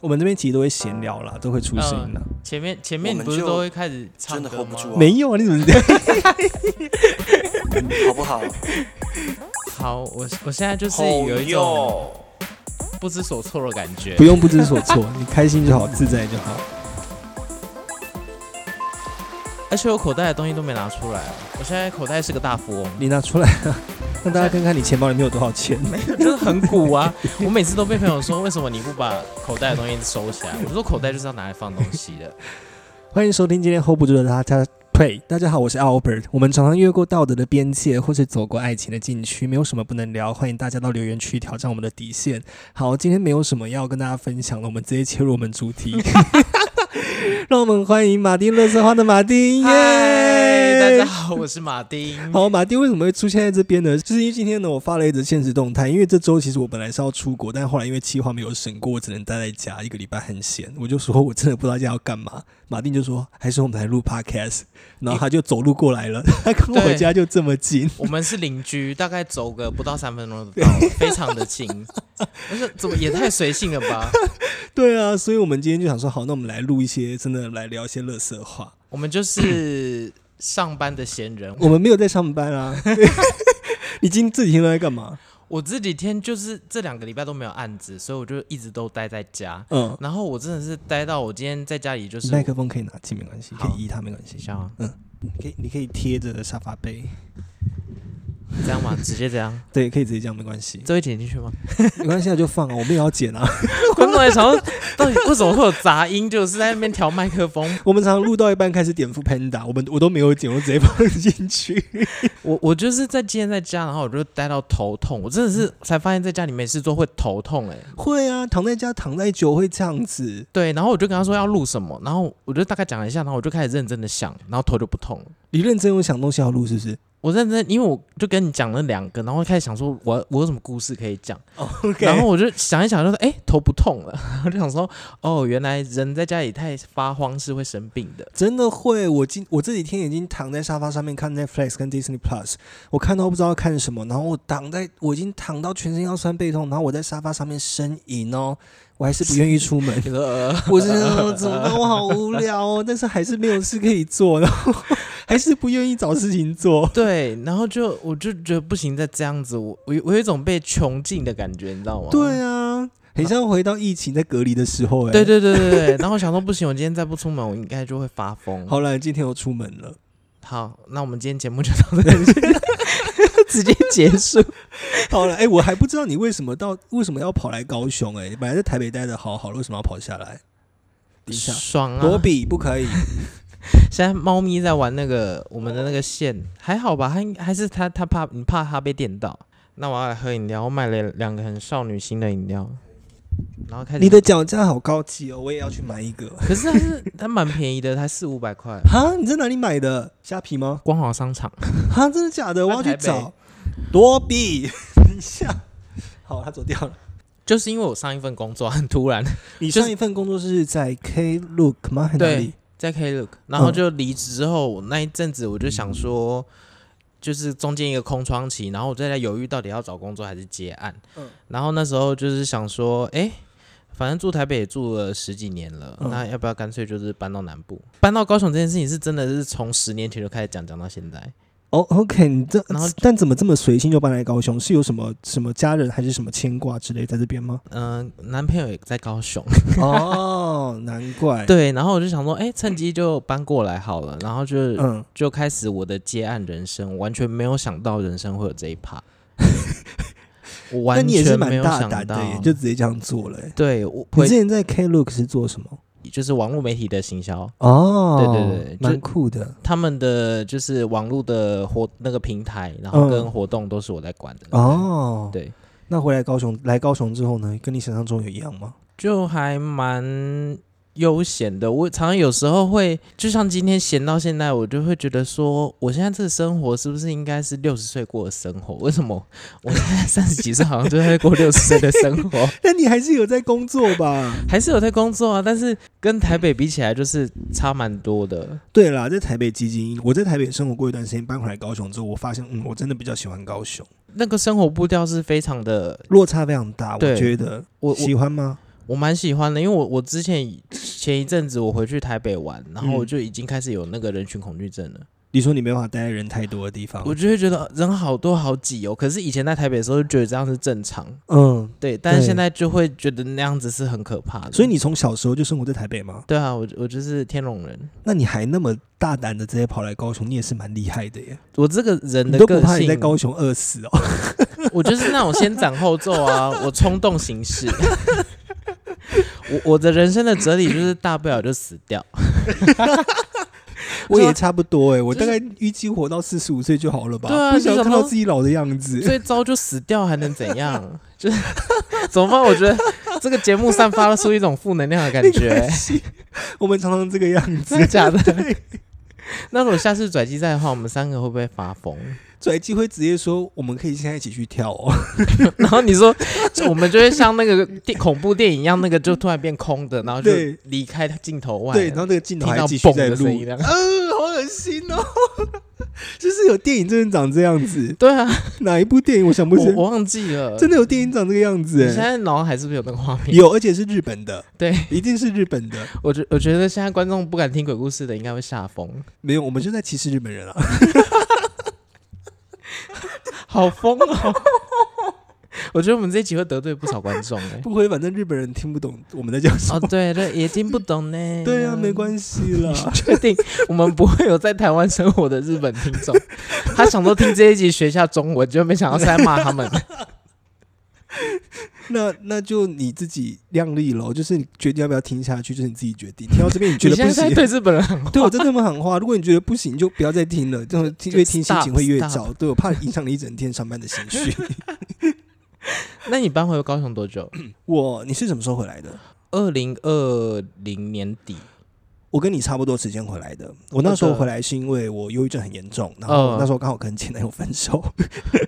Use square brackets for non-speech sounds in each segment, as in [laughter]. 我们这边其实都会闲聊嗯啦，都会出声音啦。前面前面你我们不是就都会开始唱真的歌 hold 不吗住啊没有啊，你 [laughs] 怎么这样？好不好？好，我我现在 [laughs] 就是好有一种哟，不知所措的感觉不。用不知所措， [laughs] 你开心就好，自在就好。而且我口袋的东西都没拿出来，啊我现在口袋是个大富 [laughs] 翁，你拿出来、 [laughs] 啊，让大家看看你钱包里面有多少钱。真的很鼓啊！我每次都被朋友说，为什么你不把口袋的东西收起来？我说口袋就是要拿来放东西 [laughs] 的。欢迎收听今天 hold 不住的大家 play。大家好，我是 Albert。我们常常越过道德的边界，或是走过爱情的禁区，没有什么不能聊。欢迎大家到留言区挑战我们的底线。好，今天没有什么要跟大家分享的，我们直接切入我们主 [laughs] 题。 [laughs] 让我们欢迎马丁乐色花的马丁，耶、嗨，大家好，我是马丁。好，马丁为什么会出现在这边呢？就是因为今天呢，我发了一则现实动态，因为这周其实我本来是要出国，但后来因为计划没有审过，我只能待在家一个礼拜，很闲。我就说我真的不知道今天要干嘛。马丁就说还是我们来录 podcast，然后他就走路过来了，他跟我对家就这么近。我们是邻居，大概走个不到三分钟就到 [laughs] 了，非常的近。我说怎么也太随性了吧？对啊，所以我们今天就想说，好，那我们来录一些真的来聊一些乐色话。我们就是上班的闲人。我们没有在上班啊。 [laughs] 你今这几天都在干嘛？我这几天就是这两个礼拜都没有案子，所以我就一直都待在家。嗯，然后我真的是待到我今天在家里就是麦克风可以拿近没关系，可好以移它没关系。像啊你可以你可以贴着沙发背，这样嘛， [laughs] 直接这样，对，可以直接这样没关系。这会剪进去吗？没关系啊，就放啊，我们也要剪啊。 [laughs] 观众也想说，到底为什么会有杂音？就是在那边调麦克风。 [laughs] 我们常常录到一半开始点副 Panda，我们我都没有剪，我直接放进去。我我就是在今天在家，然后我就待到头痛，我真的是才发现在家里没事做会头痛哎、会啊，躺在家躺太久会这样子。对，然后我就跟他说要录什么，然后我就大概讲了一下，然后我就开始认真的想，然后头就不痛了。你认真有想东西要录是不是？我认真，因为我就跟你讲了两个，然后开始想说我我有什么故事可以讲，哦，OK、然后我就想一想，就说哎、头不痛了， [laughs] 我就想说哦，原来人在家里太发慌是会生病的。。真的会，我今我这几天已经躺在沙发上面看 Netflix 跟 Disney Plus，我看到不知道看什么，然后我躺在我已经躺到全身腰酸背痛，然后我在沙发上面呻吟哦，我还是不愿意出门 [laughs] 你说呃我真的怎么办？我好无聊哦，但是还是没有事可以做，然后还是不愿意找事情做。对，然后就我就觉得不行，再这样子，我我有我有一种被囚禁的感觉，你知道吗？对啊，很像回到疫情在隔离的时候、哎，对对对对对。然后我想说不行，我今天再不出门，我应该就会发疯。好了，今天又出门了。好，那我们今天节目就到这里，直接结束。好了，哎、我还不知道你为什么到为什么要跑来高雄、哎，本来在台北待的好好的，为什么要跑下来？等一下，爽啊！罗比不 [laughs] 可以，现在猫咪在玩那个我们的那个线，还好吧？它应还是它它怕你怕它被电到。那我要来喝饮料，我买了两个很少女心的饮料，然后开始。你的脚架好高级哦，我也要去买一个。可是还是它蛮便宜的，才四五百块，哈，你在哪里买的？虾皮吗？ [laughs] 光华商场。哈，真的假的？我要去在台北找。罗比， [laughs] 等一下，好，他走掉了。就是因为我上一份工作很突然，你就是上一份工作是在 K Look 吗？还是哪里对？在 Klook，然嗯后就离职之后，我那一阵子我就想说，就是中间一个空窗期，然后我就在犹豫到底要找工作还是接案。嗯然后那时候就是想说，哎、反正住台北也住了十几年了，嗯那要不要干脆就是搬到南部？搬到高雄这件事情是真的是从十年前就开始讲，讲到现在。哦、o k 你这然后但怎么这么随性就搬来高雄？是有什么什么家人还是什么牵挂之类在这边 [laughs] 吗？嗯、男朋友也在高雄，哦，难怪。，对，然后我就想说，哎、趁机就搬过来好了，然后就、嗯，就开始我的接案人生，完全没有想到人生会有这一 [laughs] 趴。我那完你也是全没蛮有大想胆的耶到，，就直接这样做了耶。对我你会之前在 K Look 是做什么？就是网络媒体的行销，哦，对对对就蛮酷的。他们的就是网络的活那个平台，然后嗯跟活动都是我在管的。哦，对，那回来高雄，来高雄之后呢，跟你想象中有一样 [laughs] 吗？就还蛮悠闲的。我常常有时候会，就像今天闲到现在，我就会觉得说，我现在这个生活是不是应该是六十岁过的生活？为什么我现在三十几岁，好像就在过六十岁的生活？那你还是有在工作吧？还是有在工作啊，但是跟台北比起来，就是差蛮多的。 [laughs] 对啦，在台北基金，我在台北生活过一段时间，搬回来高雄之后，我发现，嗯，我真的比较喜欢高雄，那个生活步调是非常的，落差非常大。我对觉得，我我喜欢吗？我蛮喜欢的，因为我我之前前一阵子我回去台北玩，嗯然后我就已经开始有那个人群恐惧症了，你说你没办法待在人太多的地方，我就会觉得人好多好挤哦。可是以前在台北的时候就觉得这样是正常，嗯，对，但是对现在就会觉得那样子是很可怕的。所以你从小时候就生活在台北吗？对啊，我我就是天龙人，那你还那么大胆的直接跑来高雄，你也是蛮厉害的耶！我这个人你的都不个怕你在性，高雄饿死哦？我就是那种先斩后奏啊，我冲动行事。我我的人生的哲理就是大不了就死掉。 [laughs] 我也差不多哎，我就大是概预计活到四十五岁就好了吧？对啊不想就要想看到说自己老的样子。最糟就死掉，还能怎样？就是怎么办？我觉得这个节目散发出一种负能量的感觉， [laughs] 我们常常这个样子真，的假的？那如果下次拽鸡赛的话，我们三个会不会发疯？拽机会直接说我们可以现在一起去跳哦。然后你说，就我们就会像那个电恐怖电影一样，那个就突然变空的，然后就对离开镜头外了，对，然后那个镜头听还到继续嘣在的录，声 [laughs] 音嗯、这样。好恶心哦。 [laughs] 就是有电影真的长这样子，对啊，哪一部电影我想不我呃起来，我忘记了。真的有电影长这个样你子现哎，在脑海是不是有那个画面？有，而且是日本的，对，一定是日本的。我觉我觉得现在观众不敢听鬼故事的，应该会吓 [laughs] 疯，没有，我们就在歧视日本人啊。好疯哦！ [laughs] 我觉得我们这一集会得罪不少观众 [laughs] 哎、不会，反正日本人听不懂我们在讲什哦么。，对，这也听不懂呢。对啊，没关系啦。 [laughs] 确定我们不会有在台湾生活的日本听 [laughs] 众，他想说听这一集学一下中文，就没想到是在骂他们。那那就你自己量力咯，就是你决定要不要听下去，就是你自己决定。听到这边 [laughs] 你觉你得现不在在行，对日本人很坏对我真的很喊话。如果你觉得不行，就不要再听了，这样听越听心情会越 stop，糟。对我怕影响你一整天上班的情 [laughs] 绪。那你搬回高雄多久？我你是什么时候回来的？二零二零年底。我跟你差不多时间回来的。我那时候回来是因为我忧郁症很严重，然后嗯那时候刚好跟前男友分手，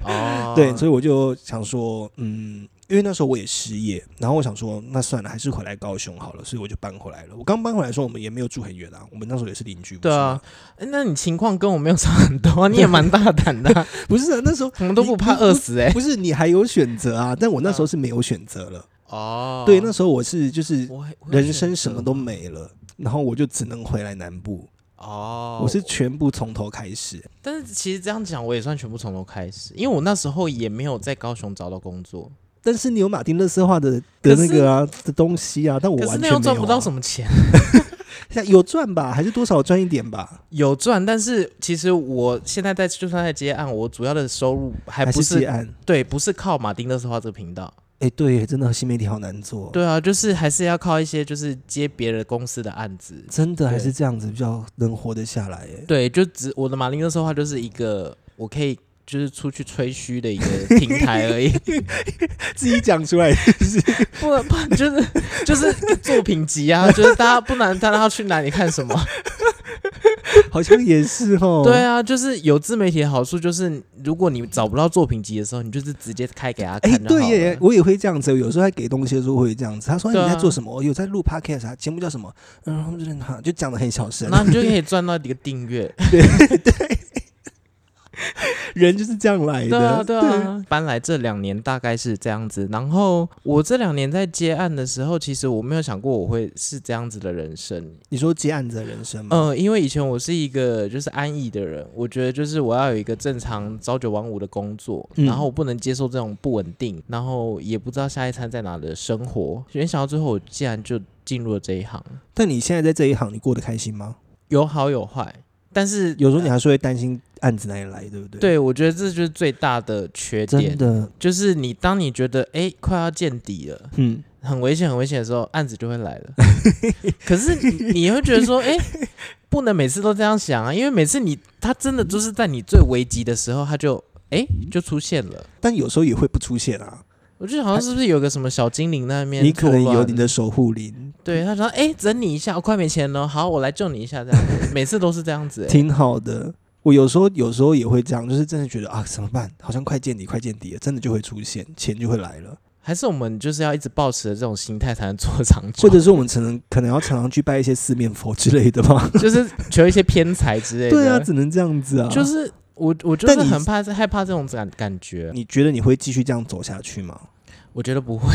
哦对，所以我就想说，嗯，因为那时候我也失业，然后我想说，那算了，还是回来高雄好了，所以我就搬回来了。我刚搬回来的时候，我们也没有住很远啊，我们那时候也是邻居。不对是啊吗，诶那你情况跟我没有差很多啊，你也蛮大胆的啊、不是啊，那时候我们都不怕饿死哎、嗯不是你还有选择啊，但我那时候是没有选择了。哦对，那时候我是就是我还我还人生选什么择啊都没了，然后我就只能回来南部，哦，我是全部从头开始。但是其实这样讲，我也算全部从头开始，因为我那时候也没有在高雄找到工作，但是你有马丁勒斯化的的那个啊的东西啊，但我可是完那全又没有、赚啊。不到什么钱，像有赚吧，还是多少赚一点吧，有赚，但是其实我现在在就算在接案，我主要的收入还还不是是接案。对，不是靠马丁勒斯化这个频道，哎、对，真的新媒体好难做。，对啊，就是还是要靠一些就是接别人公司的案子，真的还对是这样子比较能活得下来。哎，对，就只我的马丁勒斯化就是一个我可以就是出去吹嘘的一个平台而已，自己讲出来，不然不然 [laughs] 就是就是作品集 [laughs] 啊，就是大家不然大家要去哪里看什么。 [laughs] 好像也是哦。 [laughs] 对，啊，就是有自媒体的好处就是，如果你找不到作品集的时候，你就是直接开给他看哎、就好对耶，了我也会这样子。有时候在给东西的时候会这样子。他说哎对啊你在做什么？我有在录 podcast 啊，节目叫什么？嗯，他们就很就讲的很小声。然后你就可以赚到一个订 [laughs] 阅。人就是这样来的。对啊，对啊。搬来这两年大概是这样子，然后我这两年在接案的时候，其实我没有想过我会是这样子的人生。你说接案子的人生吗？嗯、因为以前我是一个就是安逸的人，我觉得就是我要有一个正常朝九晚五的工作，嗯然后我不能接受这种不稳定，然后也不知道下一餐在哪的生活。没想到最后我竟然就进入了这一行。但你现在在这一行，你过得开心吗？有好有坏，但是有时候你还是会担心案子哪里来，对不对？，啊对我觉得这就是最大的缺真点，的，就是你当你觉得哎、诶快要见底了，嗯。很危险很危险的时候，案子就会来了。 [laughs] 可是你你会觉 [laughs] 得说哎、诶不能每次都这样想啊，因为每次你他真的就是在你最危急的时候，他就哎、诶就出现了。但有时候也会不出现啊。我就好像是不是有个什么小精灵在那边你可作能乱，有你的守护灵，对他说哎、诶整你一下，我快没钱了，好我来救你一下 [laughs] 这样子，每次都是这样子、诶挺好的。我有时候有时候也会这样，就是真的觉得啊，怎么办？好像快见底，快见底了，真的就会出现，钱就会来了。还是我们就是要一直保持着这种心态才能做长久，或者是我们可能可能要常常去拜一些四面佛之类的 [laughs] 吧。 [laughs] 就是求一些偏财之类的。对啊，只能这样子啊。就是我我就是但你很怕害怕这种感感觉。你觉得你会继续这样走下去吗？我觉得不会，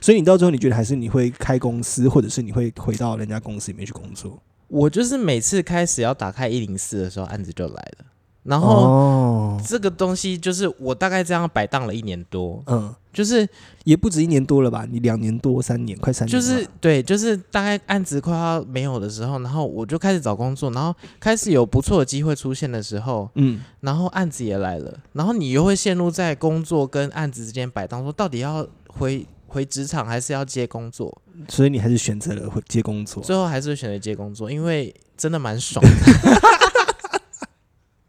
所以你到最后，你觉得还是你会开公司，或者是你会回到人家公司里面去工作？我就是每次开始要打开一零四的时候，案子就来了，然后哦，这个东西就是我大概这样摆荡了一年多，嗯，就是也不止一年多了吧？你两年多、三年，快三年就了吧，是对，就是大概案子快要没有的时候，然后我就开始找工作，然后开始有不错的机会出现的时候，嗯，然后案子也来了，然后你又会陷入在工作跟案子之间摆荡，说到底要回回职场还是要接工作，所以你还是选择了会接工作。最后还是会选择接工作，因为真的蛮爽的。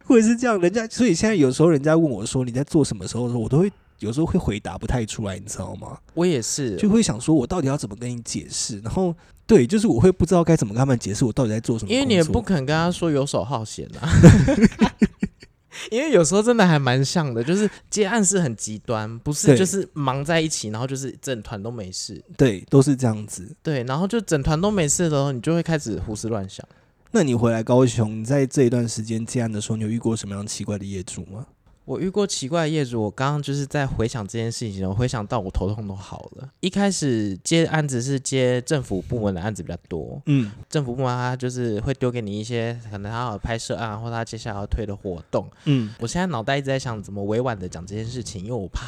或者是这样，人家所以现在有时候人家问我说你在做什么时候的时候，我都会有时候会回答不太出来，你知道吗？我也是，就会想说我到底要怎么跟你解释，然后对，就是我会不知道该怎么跟他们解释我到底在做什么工因作，为你也不肯跟他说游手好闲 [laughs] 啊。因为有时候真的还蛮像的，就是接案是很极端，不是对就是忙在一起，然后就是整团都没事，对，都是这样子。对，然后就整团都没事的时候，你就会开始胡思乱想。那你回来高雄，你在这一段时间接案的时候，你有遇过什么样奇怪的业主吗？我遇过奇怪的业主，我刚刚就是在回想这件事情，我回想到我头痛都好了。一开始接案子是接政府部门的案子比较多，嗯，政府部门他就是会丢给你一些可能他要有拍摄案啊，或他接下来要推的活动。嗯，我现在脑袋一直在想怎么委婉的讲这件事情，因为 [laughs] 我怕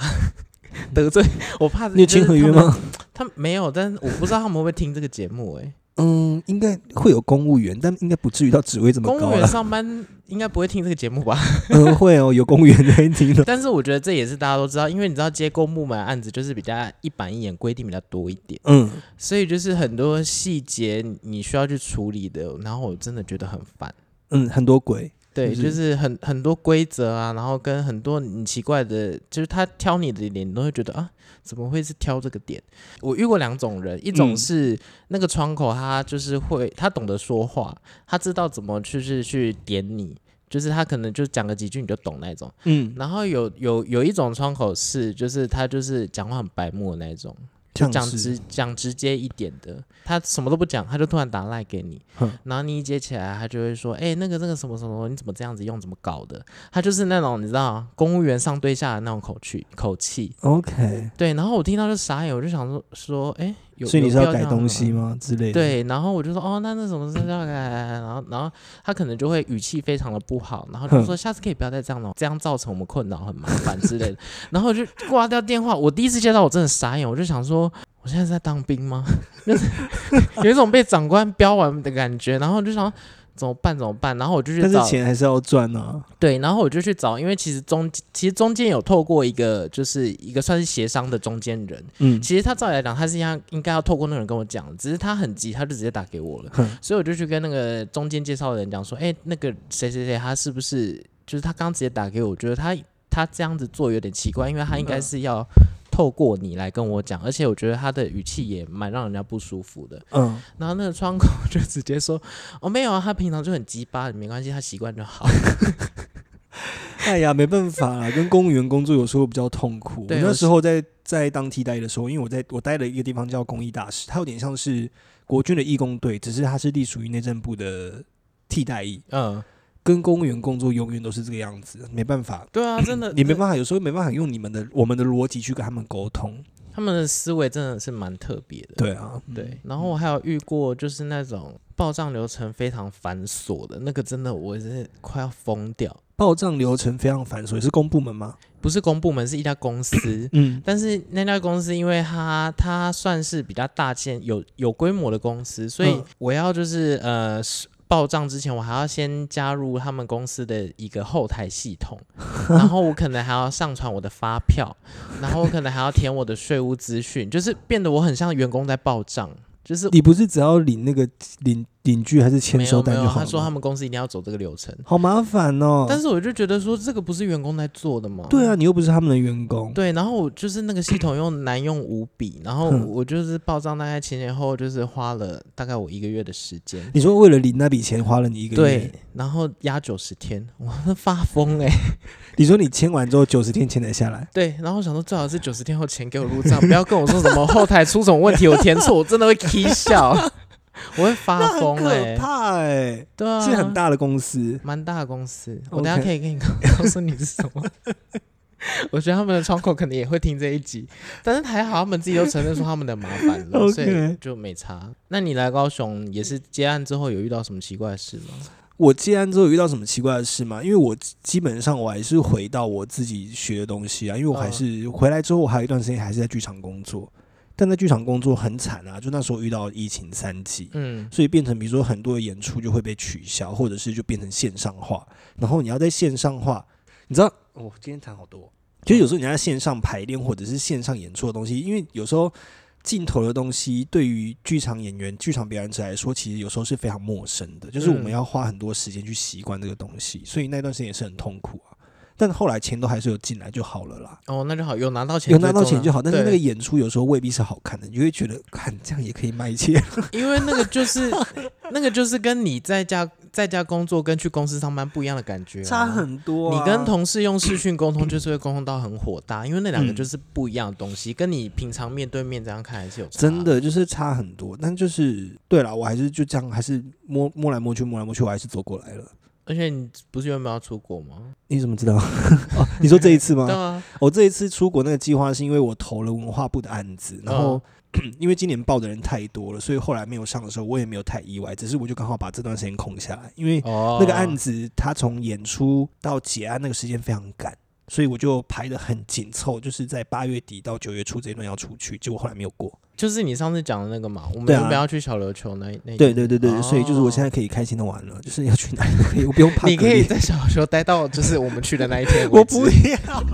得罪，我怕你有签合约？吗？ [laughs] 他们没有，但是我不知道他们会不会听这个节目、 [laughs] 欸。哎，嗯，应该会有公务员，但应该不至于到职位这么公高务员了。上班应该不会听这个节目吧？ [laughs] 嗯，会哦，有公务员可以听的。但是我觉得这也是大家都知道，因为你知道接公部门案子就是比较一板一眼，规定比较多一点，嗯，所以就是很多细节你需要去处理的。然后我真的觉得很烦，嗯，很多鬼。对，是就是很很多规则啊，然后跟很多你奇怪的，就是他挑你的点，你都会觉得啊，怎么会是挑这个点？我遇过两种人，一种嗯是那个窗口，他就是会，他懂得说话，他知道怎么去是去点你。就是他可能就讲个几句你就懂那种，嗯，然后有有有一种窗口是，就是他就是讲话很白目的那一种，就这讲样子。直讲直接一点的，他什么都不讲，他就突然打赖给你哼，然后你一接起来，他就会说，哎、那个那个什么什么，你怎么这样子用，怎么搞的？他就是那种你知道公务员上对下的那种口气口气， OK，对。然后我听到就傻眼，我就想说说，哎、有所以你是要改东？有必这样西吗吗？之类的。，对，然后我就说哦，那那什么是要改，哎然后然后他可能就会语气非常的不好，然后就哼说下次可以不要再这样了，这样造成我们困扰很麻烦之类的，然后我就挂掉电话。我第一次接到我真的傻眼，我就想说我现在是在当兵吗？ [laughs] 就是有一种被长官标完的感觉，然后我就想。怎么办？怎么办？然后我就去但是找钱还是要赚啊。对，然后我就去找，因为其实中其实中间有透过一个就是一个算是协商的中间人，嗯， [laughs] 其实他照理来讲，他是应该应该要透过那个人跟我讲，只是他很急，他就直接打给我了哼，所以我就去跟那个中间介绍的人讲说，哎、那个谁谁谁，他是不是就是他刚刚直接打给我，我觉得他他这样子做有点奇怪，因为他应嗯该是要透过你来跟我讲，而且我觉得他的语气也蛮让人家不舒服的。嗯，然后那个窗口 [laughs] 就直接说，哦没有啊，他平常就很鸡巴，没关系，他习惯就好。哎呀，没办法啦，跟公务员工作有时候比较痛苦。我对那我时候在在当替代的时候，因为我在我待的一个地方叫公益大使，它有点像是国军的义工队，只是它是隶属于内政部的替代役，嗯，跟公务员工作永远都是这个样子，没办法，对啊，真的也没办法，有时候没办法用你们的我们的逻辑去跟他们沟通。他们的思维真的是蛮特别的。对啊，嗯对，然后我还有遇过就是那种报账流程非常繁琐的那个，真的我是快要疯掉。报账流程非常繁琐，也是公部门吗？，不是公部门，是一家公司嗯但是那家公司因为它它算是比较大件、有有规模的公司，所以嗯我要就是呃是报账之前，我还要先加入他们公司的一个后台系 [laughs] 统，然后我可能还要上传我的发票，然后我可能还要填我的税务资讯，就是变得我很像员工在报账。就是你不是只要领那个领领据还是签没有收没单有，就好了吗？他说他们公司一定要走这个流程，好麻烦哦。但是我就觉得说这个不是员工在做的嘛。对啊，。你又不是他们的员工。对，然后我就是那个系统又难用无比，然后哼我就是报账，大概前前后后就是花了大概我一个月的时间，你说为了领那笔钱花了你一个月对，，然后压九十天，我是发疯哎、欸你说你签完之后九十天签才下来， [laughs] 对，然后我想说最好是九十天后钱给我入账，不要跟我说什么后台出什么问题，我填错，我真的会 k [laughs] 笑，我会发那疯很哎、可怕哎、对啊，是很大的公司。蛮大的公司，我等下 OK 可以跟你告告诉你是什么。 [laughs] 我觉得他们的窗口可能也会听这一集，但是还好他们自己都承认说他们的麻烦了 OK 所以就没差。那你来高雄也是接案之后有遇到什么奇怪的事吗？我接案之后有遇到什么奇怪的事吗？因为我基本上我还是回到我自己学的东西啊，因为我嗯还是、回来之后，我还有一段时间还是在剧场工作，但在剧场工作很惨啊，就那时候遇到疫情三级，嗯，所以变成比如说很多的演出就会被取消，或者是就变成线上化，然后你要在线上化，你知道我、哦今天谈好多哦、就有时候你要在线上排练或者是线上演出的东西，因为有时候镜头的东西对于剧场演员、剧场表演者来说，其实有时候是非常陌生的，就是我们嗯要花很多时间去习惯这个东西，所以那段时间也是很痛苦啊。但后来钱都还是有进来就好了啦，哦，那就好，有拿到钱有最重拿要，到钱就好。但是那个对演出有时候未必是好看的，你就会觉得，看这样也可以卖钱。 [laughs] 因为那个就是 [laughs] 那个就是跟你在家在家工作跟去公司上班不一样的感觉、啊，差很多、你跟同事用视讯沟通，就是会沟通到很火大，因为那两个嗯就是不一样的东西，跟你平常面对面这样看还是有差真。的就是差很多，但就是对啦，我还是就这样，还是摸摸来摸去，摸来摸去，我还是走过来了。而且你不是原本要出国吗？你怎么知道？ [laughs] 哦，你说这一次对吗？啊，我这一次出国那个计划是因为我投了文化部的案子，然后、嗯因为今年报的人太多了，所以后来没有上的时候，我也没有太意外，只是我就刚好把这段时间空下来，因为哦，那个案子它从演出到结案那个时间非常赶，所以我就排的很紧凑，就是在八月底到九月初这一段要出去，结果后来没有过。就是你上次讲的那个嘛，我们对啊原本要去小琉球那那对对对对，哦所以就是我现在可以开心的玩了，就是要去哪里都可以，我不用怕你隔可以离。在小琉球待到就是我们去的那 [laughs] 一天为止。我不要，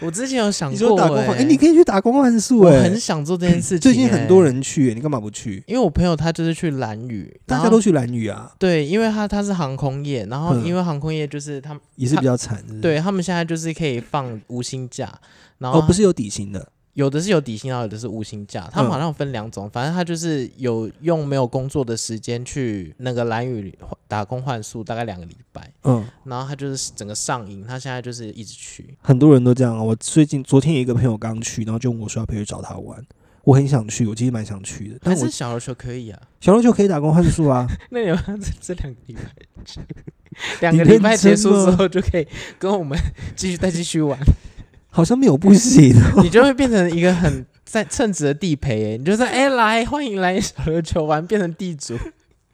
我之前有想你过说打工欸换，哎，你可以去打工换宿，我哎很，想做这件事情欸。最近很多人去，欸你干嘛不去？因为我朋友他就是去蓝屿，大然家后都去蓝屿啊，对，因为他他是航空业，然后嗯因为航空业就是他们也是比较惨。是不是，对他们现在就是可以放无薪假，然嗯后哦，不是有底薪的，有的是有底薪，然后有的是无薪假，他嗯们好像分两种，反正他就是有用没有工作的时间去那个蓝屿打工换宿，大概两个礼拜，嗯，然后他就是整个上瘾，他现在就是一直去，很多人都这样啊。我最近昨天有一个朋友刚去，然后就问我说要不要去找他玩。我很想去，我其实蛮想去的，但但我是小琉球可 [laughs] 以啊，小六就可以打工换宿啊。 [laughs] 那你们这这两个礼拜去，两个礼拜结束之后就可以跟我们继续再继续玩，好像没有 [laughs] 不行，啊你就会变成一个很在称职的地陪、欸，你就说哎、来欢迎来小琉球玩，变成地主， [laughs]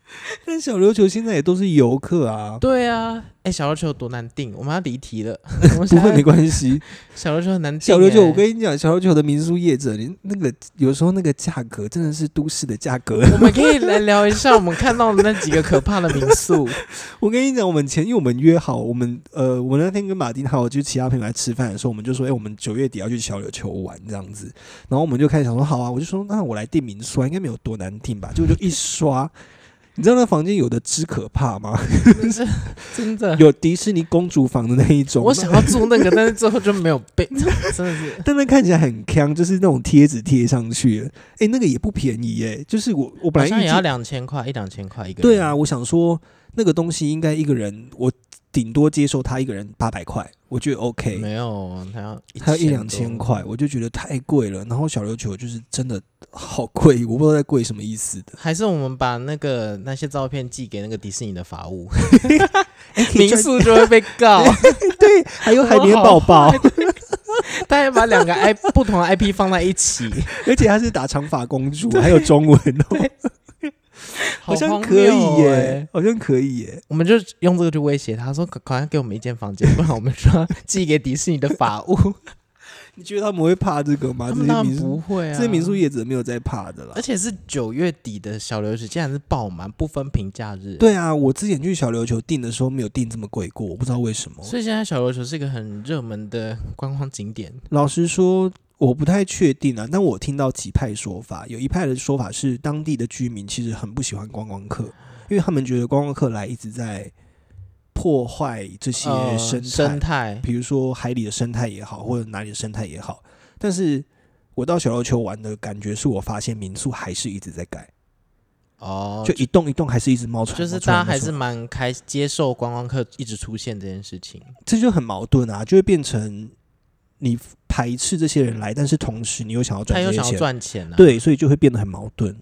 但小琉球现在也都是游客啊，对啊，哎、小琉球有多难定，我们要离 [laughs] 题了，我们不现会在没关系。小琉球很难定、小琉球，欸我跟你讲，小琉球的民宿业者，你那个有时候那个价格真的是都市的价格。 [laughs] 我们可以来聊一下我们看到的那几个可怕的民 [laughs] 宿。我跟你讲，我们前因为我们约好，我们呃，我那天跟马丁还有就是其他朋友来吃饭的时候，我们就说，哎、我们九月底要去小琉球玩这样子。然后我们就开始想说，好啊，我就说，那我来订民宿啊，应该没有多难订吧？结 [laughs] 果就一刷，你知道那房间有的之可怕吗？ [laughs] 真是真的，有迪士尼公主房的那一种，我想要住那个，但是最后就没有被， [laughs] 真的是。但那看起来很坑，就是那种贴纸贴上去了，哎、那个也不便宜哎、就是我我本好来像预也计要两千块，一两千块一个人。对啊，我想说那个东西应该一个人，我顶多接受他一个人八百块，我觉得 OK。没有，还要还有一多两千。块，我就觉得太贵了。然后小琉球就是真的好贵，我不知道在贵什么意思的。还是我们把那个那些照片寄给那个迪士尼的 [laughs] 法务，哎、可以民赚宿就会被 [laughs] 告。 [laughs] 对，还有海绵我宝好宝，大家把两个 I 不同的 IP 放在一起，而且它是打长发公主，还有中文哦，好像荒可以谬耶、欸好像可以耶、我们就用这个去威胁他，说赶快给我们一间房间，不然我们说要寄给迪士尼的法 [laughs] 务。你觉得他们会怕这个吗？啊他这们些当民然宿不，会啊，这些民宿业者没有在怕的啦而。且是九月底的小流水，竟然是爆满，不分平假日。，对啊，我之前去小琉球订的时候没有订这么贵过，我不知道为什么。所以现在小流水是一个很热门的观光景点。老实说，我不太确定啊。但我听到几派说法，有一派的说法是当地的居民其实很不喜欢观光客，因为他们觉得观光客来一直在破坏这些呃哦生态，生态，比如说海里的生态也好，或者哪里的生态也好。但是我到小琉球玩的感觉是我发现民宿还是一直在改，哦，就一栋一栋还是一直冒出来，就是冒出来大家冒还出来是蛮开接受观光客一直出现这件事情。这就很矛盾啊，就会变成你排斥这些人来，但是同时你又想要他赚又这些想要钱，赚钱啊，，对，所以就会变得很矛盾。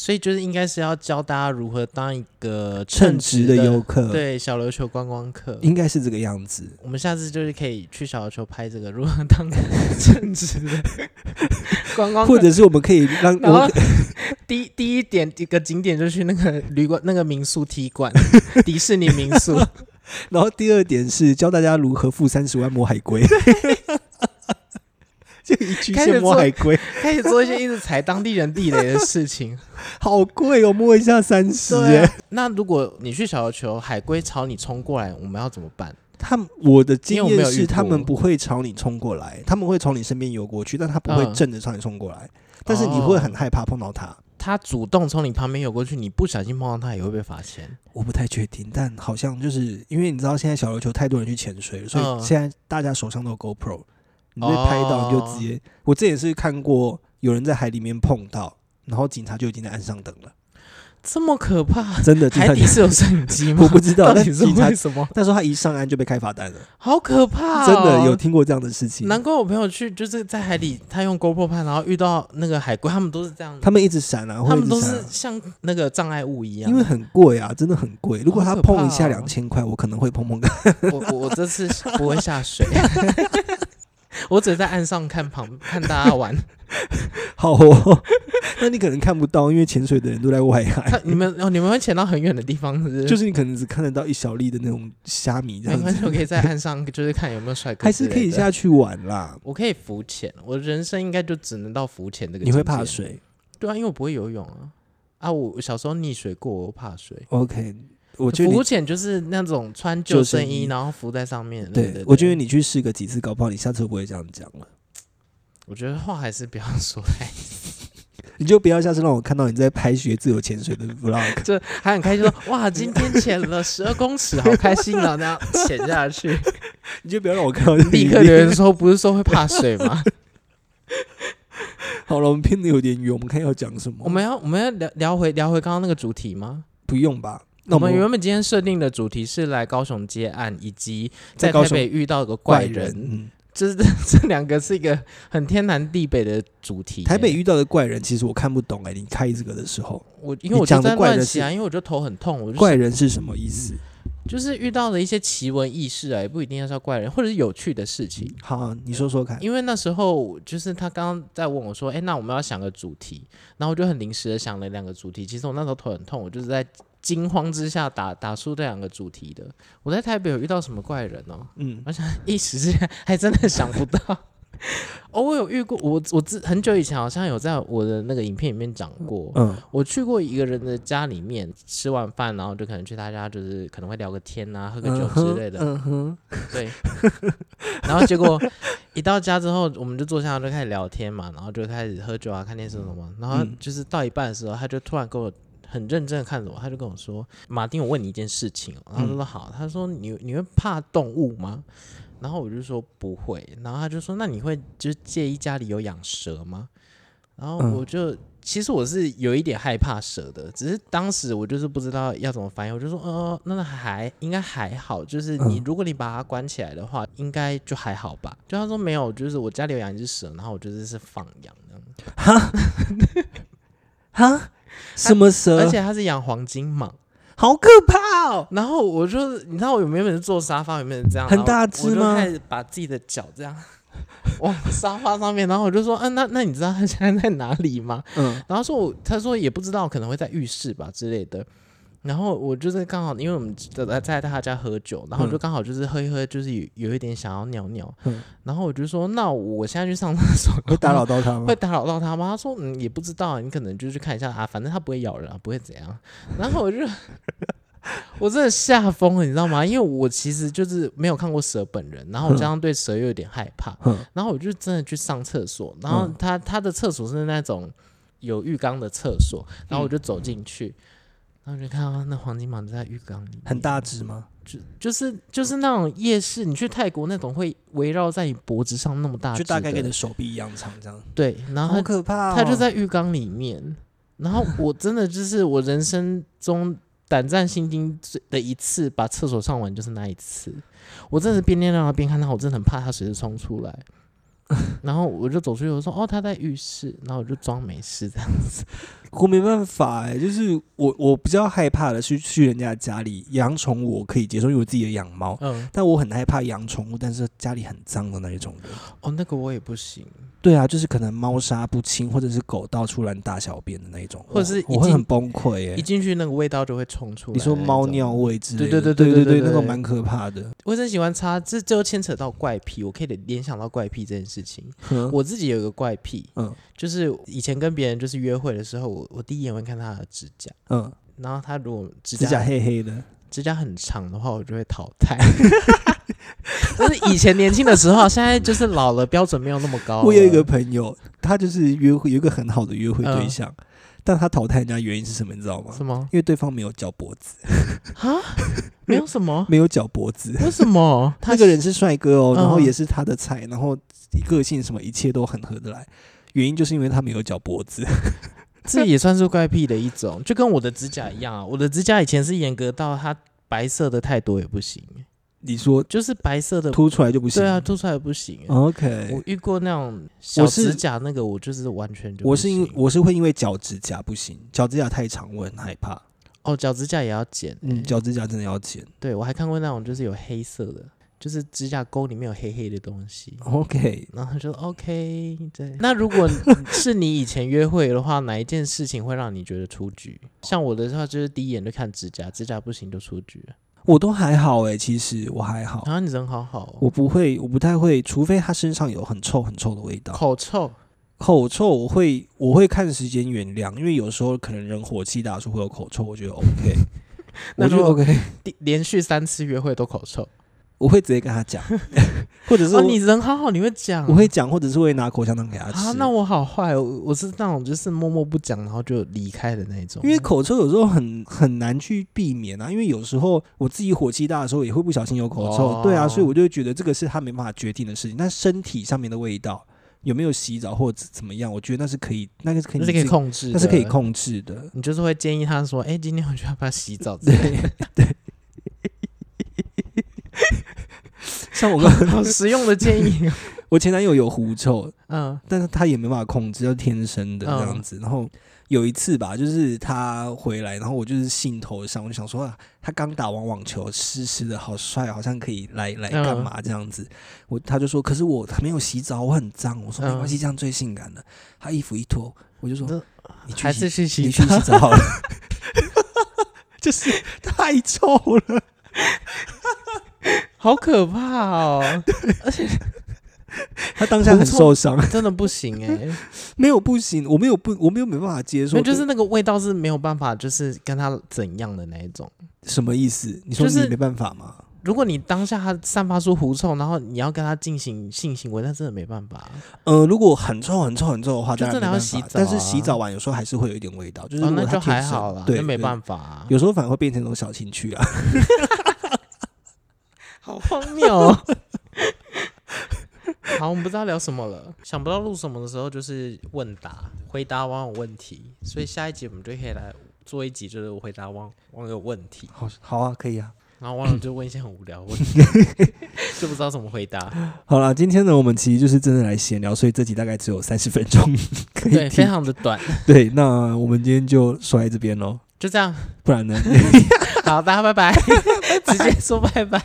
所以就是应该是要教大家如何当一个称职职的游客，，对小琉球观光客。应该是这个样子。我们下次就是可以去小琉球拍这个如何当称职的 [laughs] 观光客，或者是我们可以让我然后们 [laughs] 第一第一点一个景点就去那个旅 [laughs] 馆、那个民宿踢馆，迪士尼民 [laughs] 宿。然后第二点是教大家如何付三十万摸海龟， [laughs] 就一局开始限摸做海龟，开始做一些一直踩当地人地雷的事 [laughs] 情。好贵哦，摸一下三十对耶啊。那如果你去小琉球，海龟朝你冲过来，我们要怎么办？他们我的经因为我没验有遇是，他们过不会朝你冲过来，他们会从你身边游过去，但他不会嗯正着朝你冲过来。但是你会很害怕碰到他，他主动从你旁边游过去，你不小心碰到他也会被罚钱。我不太确定，但好像就是因为你知道现在小琉球太多人去潜水了，所嗯哦以现在大家手上都有 GoPro，你被拍到你就直接。我之前是看过有人在海里面碰到，然后警察就已经在岸上等 [laughs] 了，这么可怕？真的警海察底是有摄影机吗？我不知道， [laughs] 到但底是警察为什么？那时候他一上岸就被开罚单了，好可怕、哦真的有。听过这样的事情。难怪我朋友去就是在海里，他用 GoPro 拍，然后遇到那个海龟，他们都是这样，他们一直闪啊，他或者们一直都闪是啊、像那个障碍物一样。因为很贵啊，真的很贵。如果他好可怕碰一下哦两千块，我可能会碰碰看。 [laughs] 我我我这次不会下水， [laughs] 我只是在岸上看旁看大家 [laughs] 玩。好哦，那你可能看不到，因为潜水的人都在外海。他你们哦，你们会潜到很远的地方，是不是？就是你可能只看得到一小粒的那种虾米这没样关系，子，我可以在岸上就是看有没有帅哥， [laughs] 还是可以。下去玩啦。我可以浮潜，我人生应该就只能到浮潜这个。你会怕？水对啊，因为我不会游泳啊。啊，我我小时候溺水过，我怕水。 ？OK，我觉得浮你潜就是那种穿救救生生衣，衣然后浮在上面。对对对对我觉得你去试个几次，搞不好你下次不会这样讲了。我觉得话还是不要说太 [laughs] 你就不要下次让我看到你在拍学自由潜水的 [laughs] vlog。就还很开心说哇，今天潜了十二公尺，好开心啊！然后那样潜 [laughs] 下去，你就不要让我看到这立一刻面留言说不是说会怕水吗？ [laughs] 好了，我们偏的有点远，我们看要讲什么？我们要我们要聊聊回聊回刚刚那个主题吗？不用吧？那我我们们原本今天设定的主题是来高雄接案，以及在在高台雄北遇到个怪怪人，嗯，就是这 [laughs] 这两个是一个很天南地北的主题。台北遇到的怪人，其实我看不懂哎、你开这个的时候，我因为我你讲就的在怪乱人写啊，因为我就头很痛，我就怪是人是什么意思？就是遇到了一些奇闻异事啊，也不一定要叫怪人，或者是有趣的事情。好，你说说看。因为那时候就是他刚刚在问我说：“哎、那我们要想个主题。”然后我就很临时的想了两个主题。其实我那时候头很痛，我就是在惊慌之下打打出这两个主题的。我在台北有遇到什么怪人哦？ [laughs] 嗯，一时之间还真的想不到。 [laughs] 哦，我有遇过，我我自很久以前好像有在我的那个影片里面讲过，嗯，我去过一个人的家里面吃完饭，然后就可能去他家，就是可能会聊个天啊，喝个酒嗯之哼类的。嗯哼，对， [laughs] 然后结果一到家之后，我们就坐下来就开始聊天嘛，然后就开始喝酒啊、看电视什么。然后嗯就是到一半的时候，他就突然跟我很认真的看着我，他就跟我说：“马丁，我问你一件事情哦。”然后嗯我就说：“好。”他说：“你你会怕动物吗？”然后我就说：“不会。”然后他就说：“那你会就是介意家里有养蛇吗？”然后嗯我就。其实我是有一点害怕蛇的，只是当时我就是不知道要怎么反应，我就说，呃，那还应该还好，就是你嗯如果你把它关起来的话，应该就还好吧。就他说没有，就是我家里有养一只蛇，然后我就是是放养这样，哈，哈，什么蛇？而且它是养黄金蟒。好可怕哦！然后我就你知道我原本是坐沙发，原本是这样，很然后大只我就吗开始把自己的脚这样 [laughs] 往沙发上面，然后我就说，嗯、那那你知道它现在在哪里吗？嗯然后说我他说也不知道，可能会在浴室吧之类的。然后我就是刚好，因为我们在在他家喝酒，然后我就嗯刚好就是喝一喝，就是有有一点想要尿尿，嗯然后我就说，那我现在去上厕所会打扰到他吗会？打扰到他吗？他说嗯，也不知道，你可能就是去看一下啊，反正他不会咬人啊，不会怎样。然后 [laughs] 我就我真的吓疯了，你知道吗？因为我其实就是没有看过蛇本人，然后我加上对蛇又有点害怕，哼然后我就真的去上厕所，然后嗯他他的厕所是那种有浴缸的厕所，然后我就走进去。然后就看到那黄金蟒就在浴缸里面，很大只吗？就就是就是那种夜市，你去泰国那种会围绕在你脖子上那么大只就的，大概跟你的手臂一样长，这样。对，然后它好可怕哦！他就在浴缸里面，[laughs] 然后我真的就是我人生中胆战心惊最的一次，把 [laughs] 厕所上完就是那一次，我真的是边尿尿边看他，我真的很怕他随时冲出来。然后我就走出去，我说哦，他在浴室，然后我就装没事这样。我没办法哎、就是我我比较害怕的是去人家家里养宠，我可以接受，因为我自己也养猫，嗯，但我很害怕养宠物，但是家里很脏的那一种人。哦，那个我也不行，对啊，就是可能猫砂不清，或者是狗到处乱大小便的那一种，或者是我已我会经很崩溃耶、一进去那个味道就会冲出来。你说猫尿，味之类的，对对对对对对对那对个对蛮可怕的。我真喜欢擦，这就牵扯到怪癖，我可以联想到怪癖这件事情。嗯我自己有一个怪癖，嗯就是以前跟别人就是约会的时候，我我第一眼会看他的指甲，嗯，然后他如果指指甲甲黑黑的，指甲很长的话，我就会淘汰。就是以前年轻的时候，现在就是老了，标准没有那么高了。我有一个朋友，他就是约会有一个很好的约会对象，但他淘汰人家原因是什么，你知道吗？嗯什么因为对方没有绞脖子，啊？没有 [laughs] 什么？没有绞脖子。为什么？他那个人是帅哥哦，嗯然后也是他的菜，然后个性什么一切都很合得来。原因就是因为他没有绞脖子， [laughs] 这也算是怪癖的一种，就跟我的指甲一样啊。我的指甲以前是严格到它白色的太多也不行，你说就是白色的，凸出来就不行。哦对啊，凸出来不行。 ，OK，我遇过那种小我是指甲那个，我就是完全就我是因因为我是会因为脚指甲不行，脚指甲太长，我很害怕。哦，脚指甲也要剪、嗯，嗯，脚指甲真的要剪。对我还看过那种就是有黑色的，就是指甲沟里面有黑黑的东西。 OK，然后就 OK，对。那 [laughs] 如果是你以前约会的话，哪一件事情会让你觉得出局？像我的话，就是第一眼就看指甲，指甲不行就出局了。我都还好哎、其实我还好，然后你人好好、哦，我不会，我不太会，除非他身上有很臭很臭的味道。口臭，口臭我会我会看时间原谅，因为有时候可能人火气大的时候会有口臭，我觉得 OK，我 [laughs] 那觉如得果 OK， [laughs] 第连续三次约会都口臭。我会直接跟他讲， [laughs] 或者是哦，我,、你人好好，你会讲，我会讲，或者是会拿口香糖给他吃。啊？那我好坏哦，我我是那种就是默默不讲，然后就离开的那种。因为口臭有时候很很难去避免啊，因为有时候我自己火气大的时候也会不小心有口臭，哦对啊，所以我就会觉得这个是他没办法决定的事情。但身体上面的味道有没有洗澡或者怎么样，我觉得那是可以，那个是可以，那是可以，控制，那是可以。控制的。你就是会建议他说：“哎、今天我去要不要洗澡？”对 [laughs] 对， [laughs] 像我 [laughs] 跟好实用的建议。我前男友有狐臭，嗯但是他也没办法控制，就是天生的这样子。然后有一次吧，就是他回来，然后我就是兴头上，我就想说啊，他刚打完网球，湿湿的，好帅，好像可以来来嗯干嘛这样子。我他就说，可是我没有洗澡，我很脏。我说嗯没关系，这样最性感的。他衣服一脱，我就说那你 [laughs] 去还是洗，去洗你去澡。洗澡好 [laughs] 了。就是太臭了，好可怕哦！ [laughs] [laughs] 他当下很受伤。真的不行哎、 [laughs] 没有不行，我没有不，我没有没办法接受。那就是那个味道是没有办法，就是跟他怎样的那一种。什么意思？你说就是你没办法吗？如果你当下他散发出狐臭，然后你要跟他进行性行为，那真的没办法。啊呃，如果很臭很臭很臭的话，就当然真的没要办洗法澡但是啊洗澡完有时候还是会有一点味道，就是哦如，果那它就天还生好啦，对，那没对办法、啊，有时候反而会变成一种小情趣啊。好荒谬、哦。 [laughs] 好，我们不知道聊什么了，想不到录什么的时候就是问答，回答网友问题，所以下一集我们就可以来做一集，就是回答网网友问 [laughs] 题，好， [laughs] 好啊，可以啊。然后网友就问一些很无聊的问题，就不知道怎么回答，好啦，今天呢，我们其实就是真的来闲聊，所以这集大概只有三十分钟 [laughs] 可以对，非听。常的 [laughs] 短，对，那我们今天就说在这边喽，就这样，不然呢？ [laughs] 好，大家拜拜， [laughs] 直接说拜拜，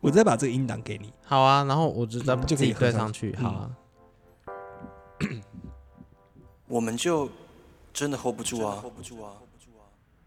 我再把这个音档给你。好啊，然后我就再嗯就自可以己合对上上去，好啊，我们就真的 hold 不住啊，hold 不住啊。